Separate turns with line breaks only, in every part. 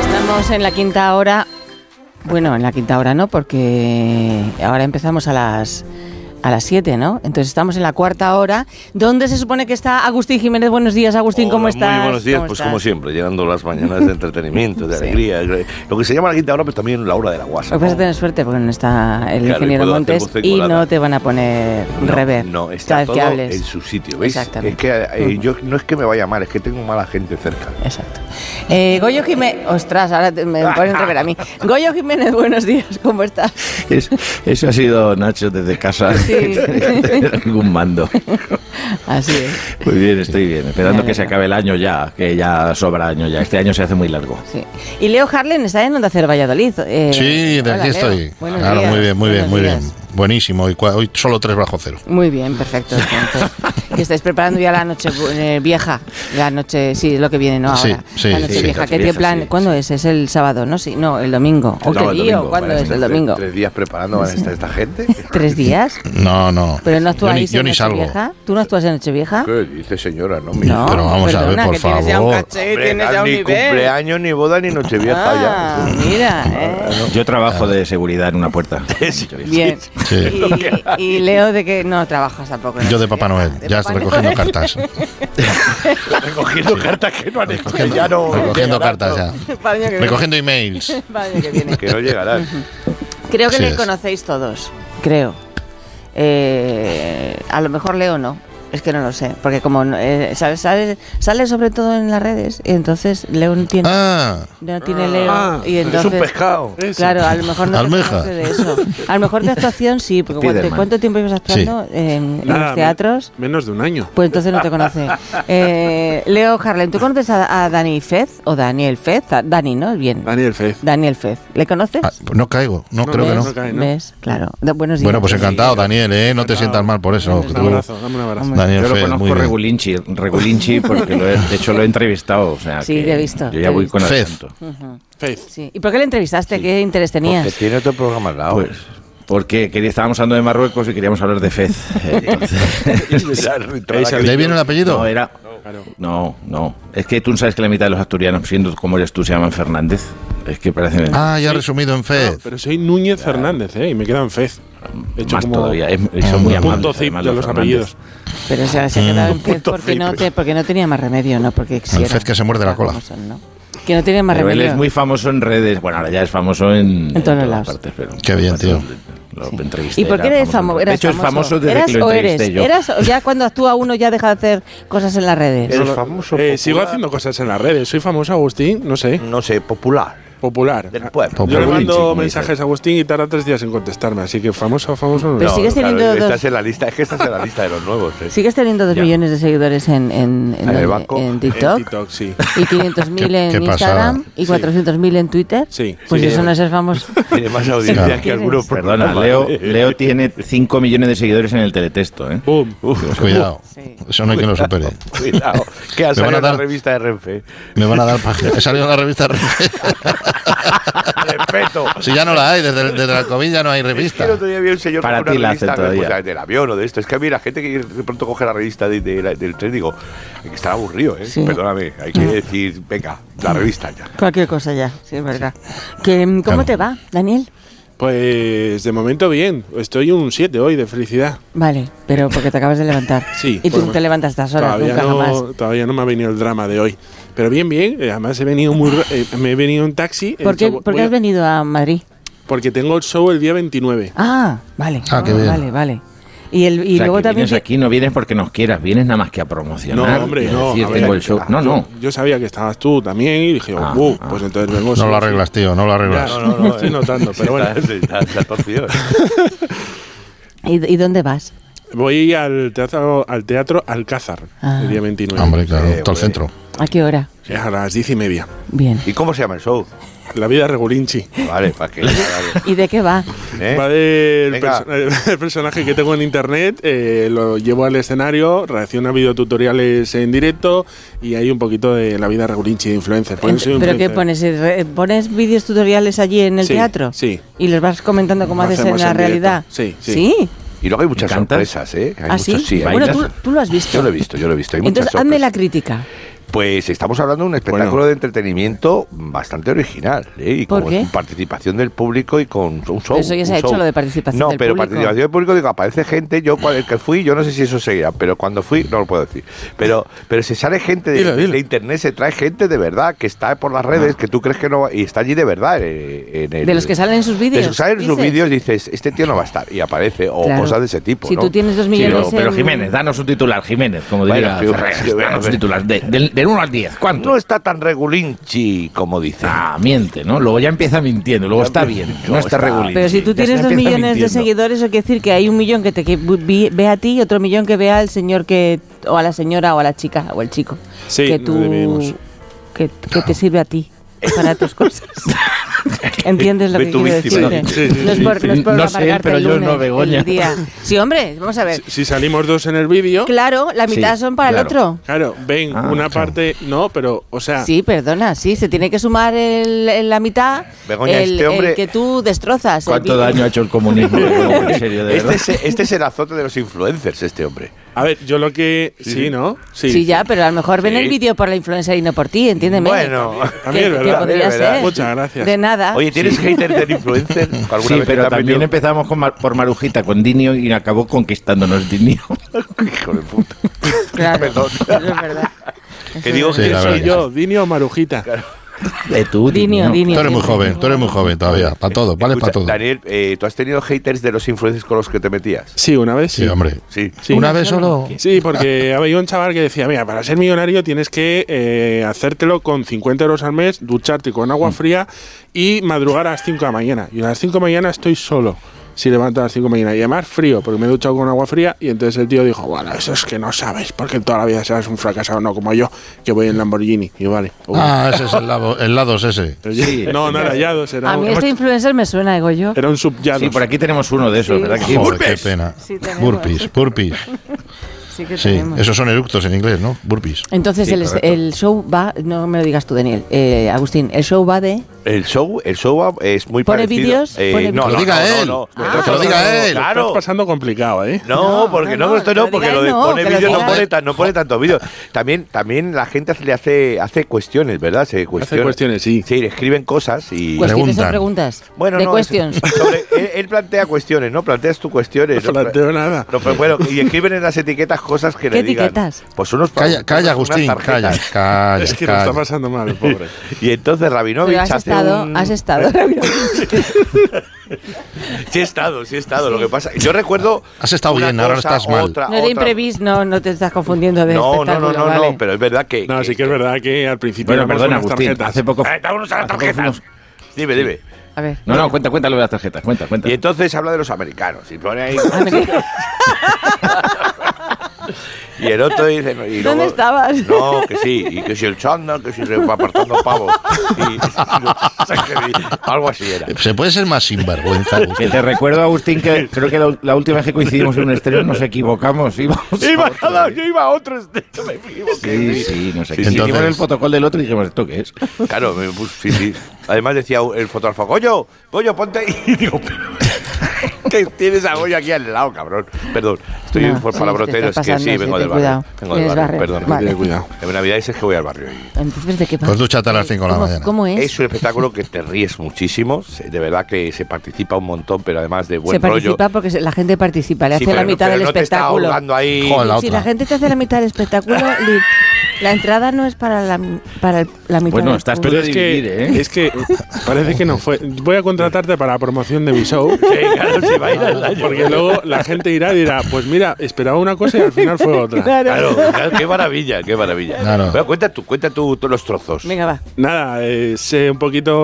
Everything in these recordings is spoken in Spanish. Estamos en la quinta hora. Bueno, en la quinta hora no, porque ahora empezamos a las a las 7, ¿no? Entonces estamos en la cuarta hora. ¿Dónde se supone que está Agustín Jiménez? Buenos días, Agustín,
Hola,
¿cómo estás?
Muy buenos días,
¿Cómo
pues
estás?
como siempre, llenando las mañanas de entretenimiento, de
Sí.
alegría. Lo que se llama la quinta hora, pues también la hora de la guasa.
Lo que pasa es
¿no?
que tener suerte porque no está el
Claro, y
ingeniero
puedo hacer
Montes
voz de
y
colada.
no te van a poner
No,
rever.
No, está
cada vez
todo
que hables.
en su sitio, ¿veis?
Exactamente.
Es que eh, yo no es que me vaya mal, es que tengo mala gente cerca.
Exacto. Eh, Goyo Jiménez. Ostras, ahora te- me ponen rever a mí. Goyo Jiménez, buenos días, ¿cómo estás?
Es- eso ha sido Nacho desde casa.
Sí.
Tener algún mando.
Así es.
Muy bien, estoy bien. Esperando
Me
que se
alegro.
acabe el año ya, que ya sobra año ya. Este año se hace muy largo.
Sí. Y Leo Harlen está en Onda Cero Valladolid. Eh,
Sí, de
hola,
aquí
Leo.
estoy.
Buenos
Claro,
días,
muy bien, muy bien,
buenos
muy bien.
días.
Buenísimo. Hoy, cua- hoy solo tres bajo cero.
Muy bien, perfecto. entonces. que estáis preparando ya la noche bu- eh, vieja. La noche, sí, es lo que viene, ¿no?
Sí,
Ahora.
sí,
la noche
sí.
vieja.
Noche
¿Qué tiene
vieja,
plan?
sí,
¿Cuándo es? ¿Es el sábado? No, sí, no, el domingo. Oh, qué
sábado, el
lío,
domingo,
¿Cuándo
vale,
es el
Tres-
domingo?
Tres días preparando a esta, esta gente.
¿Tres días?
No, no.
¿Pero no
yo ni,
actuáis
yo
en
ni salgo.
Nochevieja? ¿Tú no actúas en Nochevieja?
¿Qué dice señora? No,
No,
Pero vamos a ver,
perdona,
por
que Tienes ya un
favor.
caché,
Hombre,
tienes ya un
ni
nivel.
cumpleaños, ni boda, ni nochevieja
Ah,
ya.
mira, eh.
Yo trabajo de seguridad en una puerta.
Bien.
Sí.
Y, y Leo de que no trabajas tampoco. en
Yo de
Nochevieja.
Papá Noel, ya
Papá
recogiendo
Noel.
cartas.
Recogiendo cartas que no han hecho, que ya no.
recogiendo
llegarán,
cartas
¿no?
ya.
Para el año que viene.
Recogiendo emails.
Para el año que viene.
Que no llegarán.
Creo que
Sí
me
es.
conocéis todos, creo. Eh, a lo mejor Leo no, es que no lo sé, porque como no- eh, sale, sale, sale sobre todo en las redes, y entonces Leo no tiene,
Ah,
no tiene Leo, y
Es un
entonces...
pescado.
Claro, a lo mejor no te
Almeja.
conoce de eso. A lo mejor de actuación sí, porque cuánto-
Spiderman.
¿cuánto tiempo llevas actuando en, en
Nada,
los
me-
teatros?
menos de un año.
Pues entonces no te conoce. Eh, Leo Harlem, ¿tú conoces a, a Dani Fez o Daniel Fez? A- Dani, ¿no? Bien.
Daniel Fez.
Daniel Fez. ¿le conoces?
ah, no caigo, no, creo que
¿Ves?
no.
no cae, ¿no?
¿Ves? Claro. Da- buenos días.
Bueno, pues encantado,
Sí.
Daniel, ¿eh? No te sientas mal por eso. que
Un
tú-
abrazo, dame un abrazo.
Hombre.
Daniel
Yo lo
Fez, muy
conozco
bien.
Regulinchi, Regulinchi porque lo he- de hecho lo he entrevistado. O sea,
Sí,
que
te he visto,
Yo
te
ya
he
voy
visto.
con
Fez.
asunto.
Fez.
Sí. ¿Y por qué le entrevistaste? ¿Qué interés
Porque
tenías?
tiene otro programa al lado.
Pues, porque quería- estábamos hablando de Marruecos y queríamos hablar de Fez. Entonces-
¿De ahí viene el apellido?
No, era. No, no. Es que tú no sabes que la mitad de los asturianos, siendo como eres tú, se llaman Fernández. Es que parecen.
Ah, ya resumido en fe.
No, pero soy Núñez Fernández, ¿eh? Y me quedan Fez. He hecho
más
como
todavía. Es,
Ah,
son muy
bueno.
amables.
punto zip
además,
de los
Fernández.
apellidos.
Pero se, se ha quedado en Fez
Punto
porque no,
flip.
te, porque no tenía más remedio, ¿no? Porque quisiera.
Fez que se muerde la cola.
Como son, ¿no? Que no tenía más
Pero él
remedio.
es muy famoso en redes. Bueno, ahora ya es famoso en,
En todos
todas
lados.
partes, pero-
Qué bien, tío.
Lo
Sí.
entrevisté,
¿Y por qué
era
eres famo-
en redes.
eras
De hecho, es famoso desde
¿Eras
que lo
o eres?
entrevisté yo.
¿Eras o ya cuando actúa uno ya deja de hacer cosas en las redes?
Eres famoso.
Eh, sigo
popular.
haciendo cosas en las redes. Soy famoso, Agustín, no sé,
No sé, popular.
popular. Ah,
Del pueblo.
Yo le
Popular,
mando
chico,
mensajes
dice.
a Agustín y tarda tres días en contestarme. Así que famoso, famoso no.
Pero
no.
sigues teniendo dos-
Estás en la lista, es que estás en la lista de los nuevos. ¿eh?
Sigues teniendo dos
Ya.
millones de seguidores en, en, en
En el
donde-
banco.
en
En
TikTok.
TikTok, sí.
Y 500.000
Qué-
en
qué pasada.
Instagram y 400.000 en Twitter.
Sí,
Pues
sí,
eso
sí.
no es ser famoso.
Tiene más audiencia
Claro.
que algunos
Perdona,
programas.
Leo, Leo tiene 5 millones de seguidores en el teletexto. ¿eh?
Boom.
Cuidado.
Sí.
Eso no hay quien lo supere.
Cuidado, que ha
Me van
salido
a
en la
dar-
revista de Renfe.
Me van a dar página. He salido en la revista Renfe.
Respeto.
Si ya no la hay, desde, desde la COVID ya no hay
Es que
revista.
el otro día había un señor
Para
con una
ti la
revista
hacen todavía.
pues, del avión o de esto. Es que a mí la gente que de pronto coge la revista de- de la- del tren, digo, que está aburrido, ¿eh?
Sí. Ah.
Perdóname, hay que decir, venga, la revista ya.
Cualquier cosa ya, sí, es verdad. Que, mm, ¿Cómo
Claro.
te va, Daniel?
Pues de momento bien. Estoy un 7 hoy de felicidad.
Vale, pero porque te acabas de levantar.
Sí,
Y tú no
bueno.
te levantas a estas horas,
Todavía
nunca jamás.
no, todavía no me ha venido el drama de hoy. Pero bien, bien. Eh, Además he venido muy, ra- eh, me he venido en taxi. El
¿Por qué,
show-
por qué
voy a-
has venido a Madrid?
Porque tengo el show el día 29.
Ah, vale.
Ah, qué bien.
Vale, vale. Y, el, y
O sea,
luego
que
también.
vienes aquí, no vienes porque nos quieras, vienes nada más que a promocionar.
No, hombre,
y a
no,
decir,
a ver, ah,
tengo el show. No, no.
Yo sabía que estabas tú también y dije,
Ah,
"Uh,
ah.
pues entonces vengo.
No
solo".
lo arreglas, tío, no lo
Ya,
arreglas.
no, no, no, estoy notando, pero bueno.
Está- está- está torcido.
¿Y, y dónde vas?
Voy al teatro, al teatro Alcázar
Ah.
el día 29.
Hombre, claro,
Eh,
todo el
güey.
centro.
¿A qué hora?
Sí, A las diez y media.
Bien.
¿Y cómo se llama el show?
La vida regulinchi.
Vale, para que.
¿Y de qué va?
¿eh?
Va del
Venga.
perso- el personaje que tengo en internet, eh, lo llevo al escenario, reacciona a videotutoriales en directo y hay un poquito de la vida regulinchi de influencer. porque Pues soy
¿Pero qué
influencer.
pones? Eh, ¿Pones vídeos tutoriales allí en el
Sí,
teatro?
sí.
¿Y los vas comentando cómo
Lo
haces en
hacemos
la
en
realidad?
directo. Sí, sí.
¿Sí.
Y luego hay muchas
¿Me cantas?
sorpresas, ¿eh? Hay
¿Ah, sí?
muchas- sí, hay
bueno, tú,
muchas-
tú lo has visto.
Yo lo he visto, yo lo he visto. Hay muchas
Entonces, hazme la
sorpresas.
crítica.
Pues estamos hablando de un espectáculo
Bueno.
de entretenimiento bastante original, ¿eh? y
¿Por
con
qué?
participación del público y con un show.
eso ya se
un
ha hecho,
show.
lo de participación
No,
del
pero
público.
participación del público, digo, aparece gente, yo cuando el que fui, yo no sé si eso seguirá, pero cuando fui, no lo puedo decir. Pero, pero se sale gente de,
Dilo, dilo. Ah.
de internet, se trae gente de verdad, que está por las redes, que tú crees que no va- y está allí de verdad. eh, en el-
De los que salen en sus vídeos,
De los que salen en sus
dices.
vídeos dices, este tío no va a estar, y aparece, o
Claro.
cosas de ese tipo.
Si
¿no?
tú tienes dos
Sí,
millones
pero, pero
en-
Jiménez, danos un titular, Jiménez, como
Bueno,
diría
tío,
Ferreras,
tío,
danos
bueno,
un titular. De- del, 1 al 10, ¿cuánto?
No está tan regulinchi como dice.
Ah, miente, ¿no? Luego ya empieza mintiendo, luego está bien, no está regular.
Pero si tú tienes dos millones de seguidores, eso quiere decir que hay un millón que te que vi- ve a ti y otro millón que ve al señor que o a la señora o a la chica o al chico
Sí,
que
nos
tú
dividimos.
que, que te sirve a ti para tus cosas. ¿Entiendes lo
Ve
que
tú
quiero
víctima,
decirte?
sí, sí,
no es
sí,
por,
sí.
no es por
No sé,
amargarte
pero
el
yo no,
lunes, el
Begoña.
día. Sí, hombre, vamos a ver.
Si, si salimos dos en el vídeo,
Claro, la mitad
Sí,
son para
claro.
el otro.
claro, ven,
Ah, claro.
una parte, no, pero, o
Ah.
sea,
Sí, perdona, sí, se tiene que sumar el- el- la mitad
Begoña,
el,
este
el
hombre-
que tú destrozas. el
¿Cuánto
vídeo.
daño ha hecho el comunismo? En serio, de
Este
verdad.
es, este es el azote de los influencers, este hombre.
a ver, yo lo que. Sí, ¿no?
Sí, ya, pero a lo mejor ven
Sí.
el vídeo por la influencer y no por ti, entiéndeme.
Bueno,
A mí es
Que- que
verdad,
podría
es verdad.
ser.
Muchas gracias.
De nada.
oye, ¿tienes haters del influencer? ¿Alguna
Sí,
vez que te
pero
han
también
metido-
empezamos con Mar- por Marujita, con Dinio, y acabó conquistándonos Dinio.
Hijo de puta.
Claro,
Perdón.
eso es verdad.
Que digo
Sí,
que
la
Soy
verdad.
yo, Dinio o Marujita.
De tú,
Dinio, Dinio.
Tú eres muy
siempre.
joven, tú eres muy joven todavía. Para todo, vale
Escucha,
para todo.
Daniel, eh, ¿tú has tenido haters de los influencers con los que te metías?
Sí, una vez sí.
Sí, hombre.
Sí.
Sí.
¿Una vez solo?
Sí, porque había un chaval que decía, mira, para ser millonario tienes que eh, hacértelo con 50 euros al mes, ducharte con agua fría y madrugar a las 5 de la mañana. Y a las 5 de la mañana estoy solo. Si levanto a las 5 de la mañana y además frío, porque me he duchado con agua fría. Y entonces el tío dijo: Bueno, eso es que no sabes, porque toda la vida serás un fracasado, no como yo, que voy en Lamborghini. Y yo, vale. uy.
Ah, ese es el lado, el lado es ese.
Pero yo- no, no era Yados, era,
A
un-
mí este influencer me suena, digo yo.
era un subyados.
Sí, por aquí tenemos uno de esos,
Sí.
¿verdad? que sí?
Joder, qué pena.
Sí, tenemos.
Burpees, burpees.
Sí que
Sí,
tenemos.
esos son eructos en inglés, ¿no? Burpees.
Entonces
Sí,
el,
correcto.
el show va, no me lo digas tú, Daniel, eh, Agustín, el show va de...
El show, el show va- es muy
¿Pone
parecido. Eh,
vídeos? ¿Pone
no,
Que lo
no,
diga
no,
él.
no, no.
Ah.
Nosotros
Que lo
diga
no,
él.
Estás
Claro.
pasando complicado, ¿eh?
No,
No,
porque
no,
no,
no,
esto
que lo
no, porque
diga
lo
él
de
no,
pone
que lo
vídeos no
diga
pone,
él.
tan- no pone tantos vídeos. También, también la gente le hace, hace cuestiones, ¿verdad? Se cuestiona.
cuestiones, sí.
Sí, le escriben cosas y.
Cuestiones son
Preguntan.
preguntas.
Bueno,
de
no,
questions.
es- sobre- él, él plantea cuestiones, ¿no? Planteas tú cuestiones.
No planteo nada.
No, pero bueno, y escriben en las etiquetas cosas que
¿Qué
le digan.
etiquetas?
Pues unos
Calla, calla,
unas
Agustín, calla,
tarjetas.
calla.
es que
calla.
lo está pasando mal, el pobre.
Y entonces
Pero
Rabinovich
has
hace
estado,
un-
has estado.
Sí he estado, sí he estado. Lo que pasa, yo recuerdo.
Has estado
una
bien, ahora estás mal.
No era
otra.
imprevisto, no, no te estás confundiendo de
No, no, no,
espectáculo,
no,
vale.
no, pero es verdad que.
No, sí que es verdad que al principio
Bueno,
éramos
perdona,
unas
Agustín.
tarjetas.
Hace poco.
¡Eh, dámonos a las
hace poco
tarjetas!
fuimos-
Dime, dime.
A ver.
No, no, cuenta, cuenta lo de las tarjetas, cuenta, cuenta.
Y entonces habla de los americanos. Y pone ahí. y el otro dice. no, y
¿Dónde
luego-
estabas?
No, que sí. Y que si el chándal, que si se va apartando pavos. Y, algo así era.
Se puede ser más sinvergüenza. Agustín?
Que te recuerdo, Agustín, que creo que la, la última vez que coincidimos en un estreno nos equivocamos. Íbamos
Iba a
a otro,
cada-
¿eh?
yo iba a otro. yo me equivoqué.
Sí, sí, no sé.
Sí,
qué.
sí.
Hicimos
Entonces-
el protocolo del otro y dijimos, ¿esto qué es?
Claro, me pus- sí, sí. Además decía el fotógrafo, Goyo, Goyo, ponte ahí. Y digo, "Pero, que tienes a Goyo aquí al lado, cabrón. Perdón, estoy
No,
en por
sí,
palabrotero,
te
es
estás
que sí,
pasando,
vengo
sí,
del
ten
barrio.
cuidado.
Vengo del
Tienes
barrio,
barrio,
perdona.
vale.
Ten cuidado.
En Navidad es que voy al barrio. y-
Entonces, ¿de qué va?
Pues dúchate a las cinco de la
¿Cómo-
mañana.
¿Cómo es?
Es un espectáculo que te ríes muchísimo, se- de verdad que se participa un montón, pero además de buen
se
rollo.
participa porque se- la gente participa, le
Sí,
hace la
pero no-
mitad
pero
del
no te está
espectáculo.
ahogando ahí.
Joder, la
si
otra.
la gente te hace la mitad del espectáculo, li- la entrada no es para la, para el- la mitad.
Bueno,
del
estás
público.
Pero es que,
Dividir, ¿eh?
es que parece que no fue. Voy a contratarte para la promoción de mi show.
Sí, claro, si bailas, daño.
Porque luego la gente irá y dirá, pues mira, esperaba una cosa y al final fue otra.
Claro, claro, qué maravilla, qué maravilla.
Claro.
Bueno, cuenta tú, cuenta tú, tú los trozos.
Venga, va.
Nada, eh, sé un poquito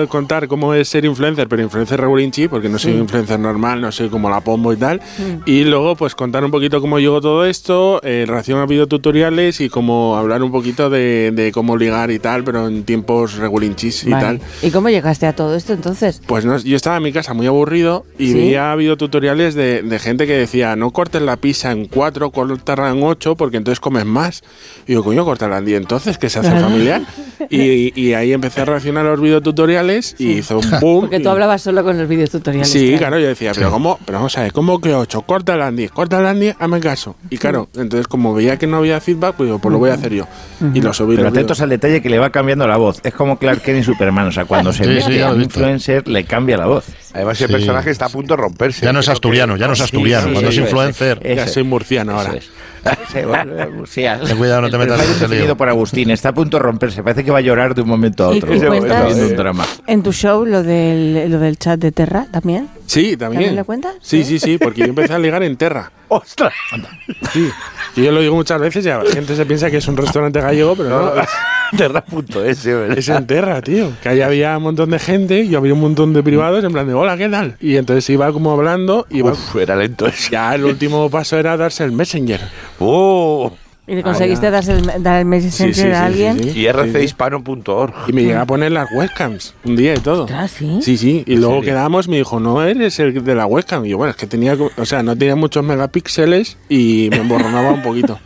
eh, contar cómo es ser influencer, pero influencer regulinchi, porque no soy un influencer normal, no soy como la pombo y tal. Y luego, pues contar un poquito cómo llegó todo esto, eh, en relación a videotutoriales y cómo hablar un poquito de, de cómo ligar y tal, pero en tiempos regulinchis y
Vale.
tal.
¿Y cómo llegaste a todo esto entonces?
Pues no, yo estaba en mi casa muy aburrido y
¿Sí?
veía videotutoriales de, de gente que decía, no cortes la pizza en cuatro, cortarla en ocho, porque entonces comes más. Y yo, coño, cortarla en diez, entonces, que se hace familiar. Y, y ahí empecé a reaccionar a los videotutoriales y hizo un boom.
Porque
y-
tú hablabas solo con los videotutoriales.
Sí,
claro.
claro, yo decía, pero ¿cómo? Pero vamos a ver, ¿cómo que ocho? Córtala en diez, córtala en diez, hazme caso. Y claro, entonces como veía que no había feedback, pues digo, pues lo voy a hacer serio. Y lo subí.
Pero
lo subí.
atentos al detalle que le va cambiando la voz. Es como Clark Kent y Superman. O sea, cuando se
Sí,
mete
sí, ya
a
lo he
un
visto.
influencer, le cambia la voz.
Además, ese
Sí.
personaje está a punto de romperse.
Ya no es
Creo que-
asturiano, ya no es asturiano.
sí,
Cuando
sí,
es
sí.
influencer.
Ya
Eso
soy
es.
murciano ahora.
Eso es. Se vuelve a bucear.
Ten cuidado, no te
El
metas en
perfil
ese lío.
definido por Agustín. Está a punto de romperse. Parece que va a llorar de un momento a
¿Y-
otro.
y
Está
cuentas?
viendo un drama.
¿En tu show lo del, lo del chat de Terra también?
Sí, también.
¿También le cuentas?
Sí, sí, sí, porque yo empecé a ligar en Terra.
¡Ostras!
Sí. Y yo lo digo muchas veces y la gente se piensa que es un restaurante gallego, pero no. es-
Terra.es, ¿verdad?
Es en Terra, tío. Que ahí había un montón de gente y había un montón de privados en plan de hola, ¿qué tal? Y entonces iba como hablando y iba-
Uf, era lento eso.
ya el último paso era darse el messenger.
¡Oh!
¿Y le conseguiste darse el- dar el messenger
sí, sí,
a alguien?
sí, sí.
Y rchispano.org.
Y me llegaba a poner las webcams un día y todo.
Ah, ¿sí?
Sí, sí. Y luego quedamos, me dijo, no eres el de la webcam. Y yo, bueno, es que tenía, co- o sea, no tenía muchos megapíxeles y me emborronaba un poquito.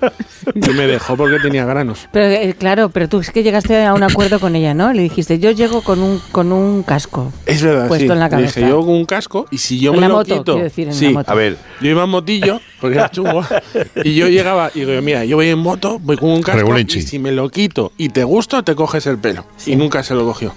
Y me dejó porque tenía granos.
Pero eh, claro, pero tú es que llegaste a un acuerdo con ella, ¿no? Le dijiste, yo llego con un, con un casco.
Es verdad,
Puesto
sí.
en la cabeza.
Dije, yo con un casco y si yo
En
me
la
lo
moto,
quito...
quiero decir, en la
sí,
moto.
A ver,
Yo iba en motillo, porque era chungo, y yo llegaba y digo, mira, yo voy en moto, voy con un casco, y
Regulinchi.
si me lo quito y te gusto, te coges el pelo. Y nunca se lo cogió.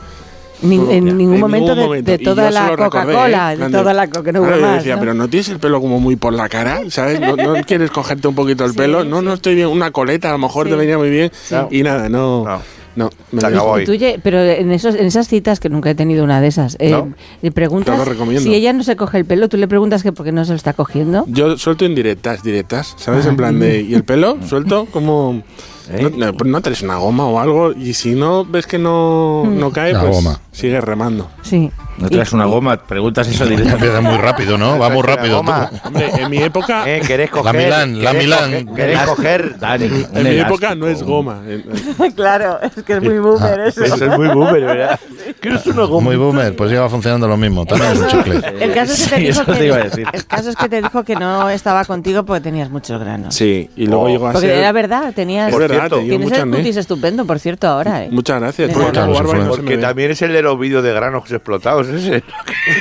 Ni- en
Ya.
ningún momento de, de
Y
toda
yo se
la
lo recordé,
Coca-Cola,
¿eh?
de
En plan
toda la Coca, no hubo
Claro, yo
más,
decía,
¿no?
pero no tienes el pelo como muy por la cara, ¿sabes? No, no quieres cogerte un poquito el pelo. No, no estoy bien. Una coleta a lo mejor
Sí.
te venía muy bien. Y nada, no.
No.
No, me
Se
dejó.
acabó.
Y tú lle- pero en, esos, en esas citas, que nunca he tenido una de esas, eh,
No.
le preguntas
Te lo recomiendo.
si ella no se coge el pelo, tú le preguntas que por qué no se lo está cogiendo.
Yo suelto indirectas, directas, ¿sabes? En plan de. ¿Y el pelo? Suelto como.
¿Eh?
No, no, pues no tenés una goma o algo. Y si no ves que no,
Mm.
no cae,
Una
pues
goma.
sigue remando.
Sí.
No
Y-
traes una goma, preguntas eso directamente.
Empieza muy rápido, ¿no? Va muy rápido. tú.
Goma.
Hombre, en mi época.
Eh, ¿Querés coger?
La Milán, la
¿Querés
Milán.
coger- ¿Querés coger?
Dani, un
En mi
elástico.
época no es goma. eh, En-
claro, es que es muy boomer
Ah,
eso.
Eso Pues es muy boomer, ¿verdad? ¿Quieres una
Muy boomer, pues ya va funcionando lo mismo. También es un chicle.
El caso, es que te
Sí,
dijo
eso te
que-
iba a decir.
el caso es que te dijo que no estaba contigo porque tenías muchos granos.
Sí, y luego
Oh.
llegó a
porque
ser.
era verdad, tenías,
Es verdad,
cierto.
te dio
tienes
muchas ¿eh?
el
ne-
cutis estupendo, por cierto, ahora. eh.
Muchas gracias.
Porque
Porque, la
claro, se
barba
fue.
no se me
Porque
ve.
también es el de los vídeos de granos explotados ese.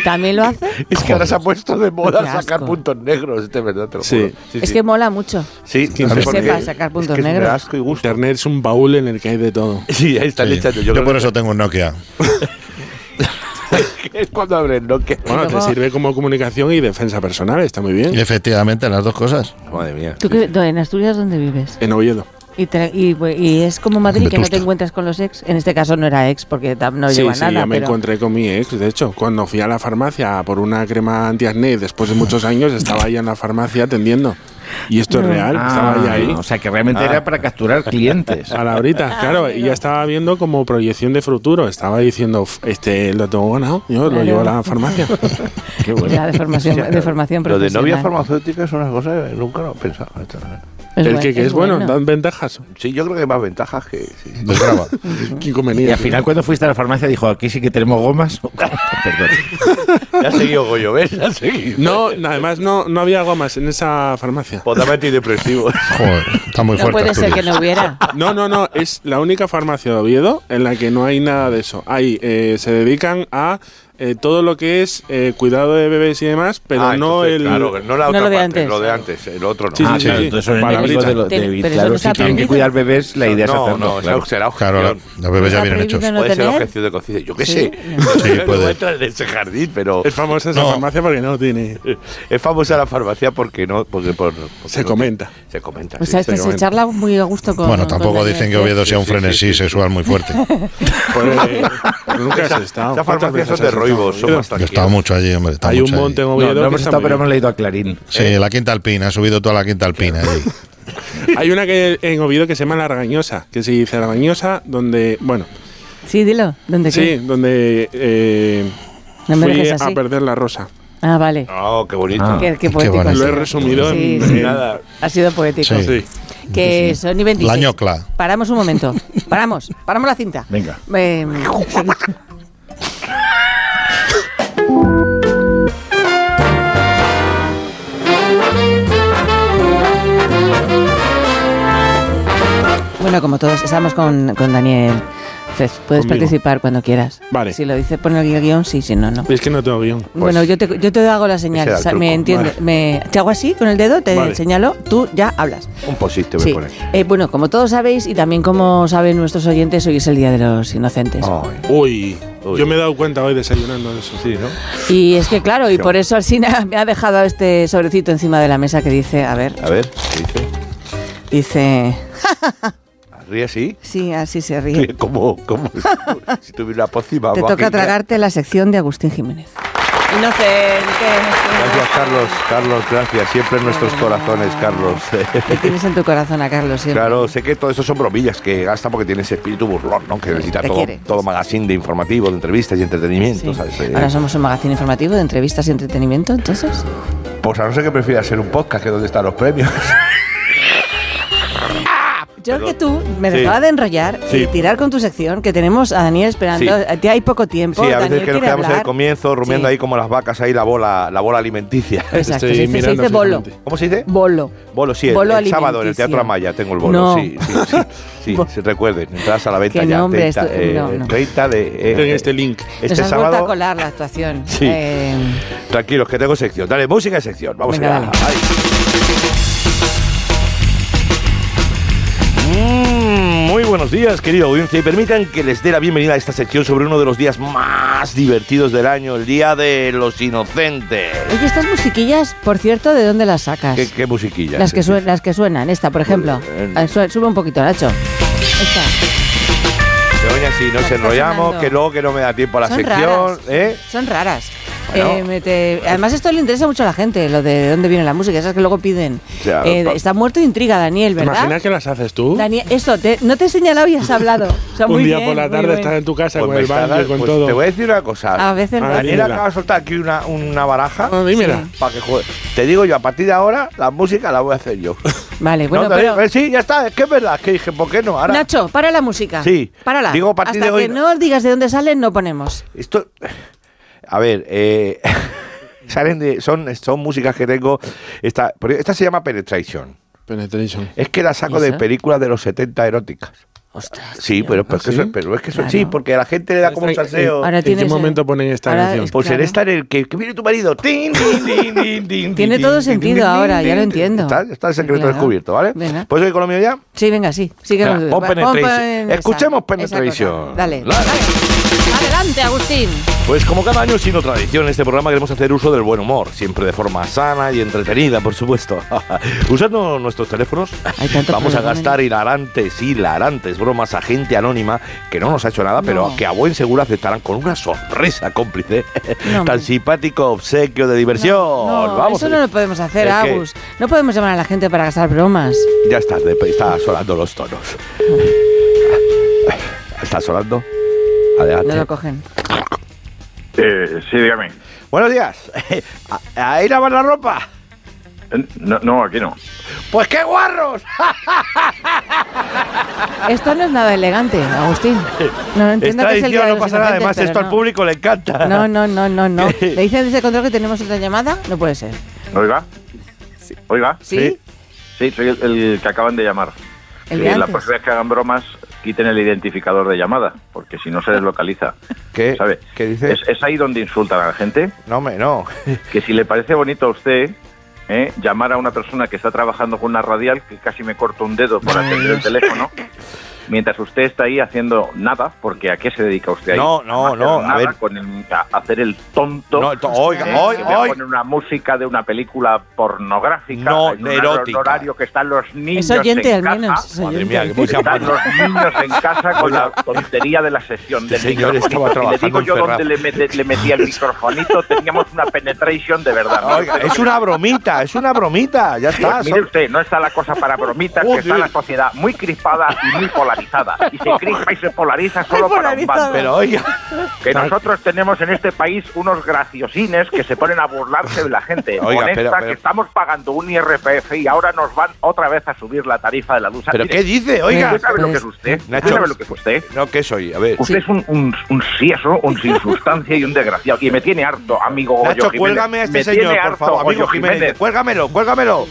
¿También lo hace?
Es que ahora se ha puesto de
Qué
moda
asco.
sacar puntos negros, este verdad, te lo
Sí.
juro. Sí,
es
sí.
que mola mucho.
sí,
que se
porque-
sepa sacar puntos
es que es un
negros.
asco y gusto.
Internet es un baúl en el que hay de todo.
Sí, ahí están
Sí.
echando. Yo,
Yo
creo
por
que-
eso tengo un Nokia.
es cuando abren Nokia.
Bueno,
luego-
te sirve como comunicación y defensa personal, está muy bien.
Y efectivamente, las dos cosas.
Madre mía.
¿Tú qué- ¿En Asturias dónde vives?
En Oviedo.
Y, te- y- y es como Madrid, que no te
Vetusta.
encuentras con los ex. En este caso no era ex, porque tam- no
sí,
lleva
sí,
nada.
yo me
pero-
encontré con mi ex, de hecho, cuando fui a la farmacia por una crema antiacné después de muchos años, estaba ahí en la farmacia atendiendo. Y esto es real, estaba ya
Ah,
ahí. Ah,
O sea, que realmente era para capturar clientes.
A la horita, claro, y ya estaba viendo como proyección de futuro. Estaba diciendo, "Uf, este lo tengo ganado, yo lo
Claro.
llevo a la farmacia.
Qué bueno.
Ya, de formación, de formación
Lo de
profesional.
novia farmacéutica es una cosa que nunca lo he pensado. esto, ¿no?
Es
el
buen-
que, que es, bueno,
bueno.
dan ventajas.
Sí, yo creo que hay más ventajas que. sí.
Desgraba.
Qué
Y
inconveniente.
al final, cuando fuiste a la farmacia, dijo: Aquí sí que tenemos gomas. Perdón.
Ya ha seguido Goyo, ¿ves? Ya ha seguido.
No, además no, no había gomas en esa farmacia.
Pues dame antidepresivos.
Joder, está muy
No
fuerte.
puede ser que
Asturias.
no hubiera.
No, no, no, es la única farmacia de Oviedo en la que no hay nada de eso. Ahí eh, se dedican a eh, todo lo que es eh, cuidado de bebés y demás, pero
Ah,
no
entonces,
el...
Claro, que no la
No
otra
lo de
parte,
antes.
lo de antes, el otro no.
Sí,
Ah,
sí,
claro,
sí.
entonces son
Para
enemigos
ahorita.
de lo- de
Pero eso
claro,
no
si
está
tienen que
prohibido.
cuidar bebés, la idea es
no,
hacerlo.
no,
claro.
esa será objeción.
Claro, la- los bebés ya
Está
vienen hechos.
prohibido no
puede ser
tener.
objeción de conciencia. Yo qué
Sí.
sé.
Sí,
Yo no
puede.
entro en ese jardín, pero
Es famosa esa
No.
farmacia porque no tiene...
es famosa la farmacia porque no. Porque, por, porque
Se
no-
comenta.
Se comenta.
O
sí.
sea, que se charla muy a gusto con.
Bueno, tampoco
con la
dicen que
gente.
Oviedo sea un
Sí, sí,
frenesí
sí, sí.
sexual muy fuerte.
Pues, eh, nunca has estado.
Esas
¿Cuántas
farmacias
veces
son de
has estado
roibos,
en
son
Oviedo?
Yo he
bastante.
estado mucho allí, hombre. he estado
Hay un
mucho allí.
monte en
No,
Oviedo
no
que
hemos
está
estado,
muy
pero
bien.
hemos leído a Clarín.
Sí, la quinta alpina, ha subido toda la quinta alpina allí.
Hay una que en Oviedo que se llama La Argañosa, que se dice Argañosa, donde... Bueno,
Sí, dilo. ¿Dónde
sí,
qué?
donde... eh,
No me
fui
dejes así.
a perder la rosa.
Ah, vale.
Oh, qué bonito.
Ah.
Qué, qué poético.
bonito.
ha
Lo he
sido.
resumido
Pues Sí,
en,
sí.
en-
Nada.
Ha sido poético.
Sí.
Sí.
Que son y 26.
La ñocla.
Paramos un momento. Paramos. Paramos la cinta.
Venga.
Eh, bueno, como todos, estamos con, con Daniel Fez, puedes
Conmigo.
participar cuando quieras.
Vale. Pues,
Si lo dice, pon el guión, sí, si no, no.
Es que no tengo guión.
bueno, yo te, yo te hago la señal,
ese era el
o sea, me
truco.
entiende.
Vale.
Me, te hago así con el dedo, te
Vale.
señalo, tú ya hablas.
Un posiste
Sí.
me pones.
Eh, bueno, como todos sabéis y también como saben nuestros oyentes, hoy es el Día de los Inocentes.
Ay,
Uy,
Uy.
yo me he dado cuenta hoy desayunando de eso.
sí, ¿no?
Y es que claro, y por eso Alsina me ha dejado este sobrecito encima de la mesa que dice, a ver,
A ver, ¿qué dice?
dice,
Ríe así.
sí, así se ríe.
Ríe como, como si tuviera una pócima.
Te
guau,
toca
que-
tragarte la sección de Agustín Jiménez.
Gracias,
Inocente.
Carlos. Carlos, gracias. Siempre en nuestros corazones, Carlos.
Te tienes en tu corazón a Carlos siempre.
Claro, sé que todo eso son bromillas que gasta porque tiene ese espíritu burlón, ¿no? Que necesita
te
todo,
quiere.
todo magazine de informativo, de entrevistas y entretenimiento,
Sí.
¿sabes? Eh,
Ahora somos un magazine informativo de entrevistas y entretenimiento, entonces.
Pues a no ser que prefieras ser un podcast que donde están los premios.
Yo que tú me
Sí.
dejaba de enrollar y
Sí.
tirar con tu sección, que tenemos a Daniel esperando.
Sí.
A ti hay poco tiempo.
sí, a veces
Daniel
que nos
quiere
quedamos en el
hablar.
comienzo rumiando
Sí.
ahí como las vacas ahí la bola, la bola alimenticia.
Exacto,
Estoy
se dice, se
mirando
dice bolo.
fijamente.
¿Cómo se dice?
Bolo.
Bolo, sí, el-
Bolo
el, sábado en el Teatro
alimenticio.
Amaya tengo el bolo,
No.
sí, sí, sí, sí,
Bo-
sí, recuerden, entras a la venta
Qué
ya,
nombre,
30,
esto-
eh,
no, no.
30 de... eh,
En este link.
Este
Nos has vuelto a
sábado,
colar la actuación.
Sí.
Eh,
tranquilos, que tengo sección, dale, música y sección, vamos
Venga,
allá.
dale.
Ahí. Mm, Muy buenos días, querida audiencia, y permitan que les dé la bienvenida a esta sección sobre uno de los días más divertidos del año, el Día de los Inocentes.
Oye, estas musiquillas, por cierto, ¿de dónde las sacas?
¿Qué, qué musiquilla?
las, que suen- las que suenan, esta, por ejemplo.
Eh,
Ah, su- Sube un poquito, Nacho. Esta.
Begoña, si
Las
nos
que
enrollamos,
sonando.
que luego que no me da tiempo a la
Son
sección,
raras.
¿eh?
Son raras.
Bueno.
Eh, me te- Además, esto le interesa mucho a la gente, lo de, dónde viene la música, esas que luego piden.
Ya,
Eh,
pa-
está muerto de intriga, Daniel,
¿Te
¿verdad?
imaginas que las haces
Uh.
tú?
Daniel, eso, te- no te he señalado y has hablado. O sea,
Un
muy
día
bien,
por la
muy
tarde
bueno.
estás en tu casa
Pues
con
me
el
está
baño,
dando-
con
pues
todo.
Te voy a decir una cosa.
A veces no.
Ah,
Daniel
dímela.
acaba de soltar aquí una, una baraja.
Ah, dímela.
Para que juegue. Te digo yo, a partir de ahora, la música la voy a hacer yo.
Vale, bueno,
No, Daniel,
pero.
eh, Sí, ya está, es que es verdad, es que dije, ¿por qué no? Ahora,
Nacho, para la música.
Sí.
Párala.
Digo, a partir
Hasta
de hoy
que
no.
no digas de dónde salen, no ponemos.
Esto. A ver, eh, salen de, son, son músicas que tengo. Esta, por- e, esta se llama Penetration.
Penetration.
Es que la saco
¿Y Ah,
de
esa?
películas de los 70 eróticas.
Ostras.
Sí,
tío.
pero, pero es que
¿sí?
eso, pero es que eso
Claro.
sí, porque a la gente le da como un
Está-
salseo.
Ahora
¿En
tienes
qué
el-
momento ponen esta
ahora
canción?
es-
Pues
claro.
en esta en el que, que viene tu marido. Tin, tin, tin, tin, tin,
Tiene
tin,
todo
tin,
sentido
tin, tin,
ahora,
tin,
ya lo
tin,
entiendo.
Está, está el secreto
Claro.
descubierto, ¿vale?
Venga.
¿Puedes ir con lo mío ya?
Sí, venga, sí. Sigue
Venga,
con-
pon
va-
Penetration.
pon-
Escuchemos
esa-
Penetration.
esa cosa. Dale.
Dale.
Dale. Adelante, Agustín.
Pues como cada año, sino tradición, en este programa queremos hacer uso del buen humor, siempre de forma sana y entretenida, por supuesto. Usando nuestros teléfonos,
Hay ¿eh? tanto
vamos a
problema,
gastar hilarantes, hilarantes bromas a gente anónima que no nos ha hecho nada,
No.
pero que a buen seguro aceptarán con una sonrisa cómplice
No, hombre.
tan simpático obsequio de diversión.
No, no,
vamos.
eso no lo podemos hacer,
Es que-
Agus. No podemos llamar a la gente para gastar bromas.
Ya está, de- está sonando los tonos. Está sonando. Adelante.
No lo cogen.
Eh, sí, dígame.
Buenos días. ¿A- ¿Ahí lavan la ropa?
Eh, No, no, aquí no.
Pues qué guarros.
Esto no es nada elegante, Agustín. No, entiendo
Esta
que es el día
edición
de
no
los
pasa nada, además
inocentes,
esto
pero
al público le encanta.
No, no, no, no, no.
¿Qué?
¿Le dicen desde control que tenemos otra llamada? No puede ser.
¿Oiga? ¿Oiga?
¿Sí?
Sí.
Sí, soy el, el que acaban de llamar.
El
Eh,
de
la
antes.
pues
próxima vez que hagan bromas, quiten el identificador de llamada, porque si no se deslocaliza.
¿Qué?
¿Sabe?
¿Qué dice?
Es, es ahí donde insultan a la gente,
No, me, no.
que si le parece bonito a usted eh, llamar a una persona que está trabajando con una radial, que casi me corto un dedo por atender el teléfono, mientras usted está ahí haciendo nada, porque ¿a qué se dedica usted ahí?
No, no,
hacer
no, a
Nada,
ver.
Con el- a hacer el tonto.
No, el to- oiga,
Eh,
hoy,
que voy a
hoy.
poner una música de una película pornográfica.
No,
en
de
un
erótica.
horario que están los niños
Es oyente,
en
al
casa.
menos. es
Madre
oyente.
mía, que mucha
Están
mano.
los niños en casa con la tontería de la sesión.
Este
del
señor
microfonito.
estaba
Y le digo
trabajando
yo
en
dónde le, met- le metía el microfonito, teníamos una penetration de verdad. ¿no?
Oiga, es una bromita, es una bromita, ya está.
Pues mire
Ah, son-
usted, no está la cosa para bromitas, que
Joder.
está la sociedad muy crispada y muy polarizada. Y se crispa y se polariza solo para un
polarizada.
bando.
Pero oiga,
Que nosotros tenemos en este país unos graciosines que se ponen a burlarse de la gente.
Oiga,
Honesta,
pero- pero-
que estamos pagando un IRPF y ahora nos van otra vez a subir la tarifa de la luz.
pero
Mire,
¿qué dice? Oiga,
¿Usted sabe lo que
Pues,
es usted?
Nacho.
¿Usted sabe lo que es usted?
no, ¿qué soy? A ver.
Usted es un, un, un sieso, un sin sustancia y un desgraciado. Y me tiene harto, amigo Goyo
Nacho,
Jiménez.
cuélgame a este
Me tiene
señor, por
harto,
favor,
Goyo
amigo Jiménez. Cuélgamelo, cuélgamelo.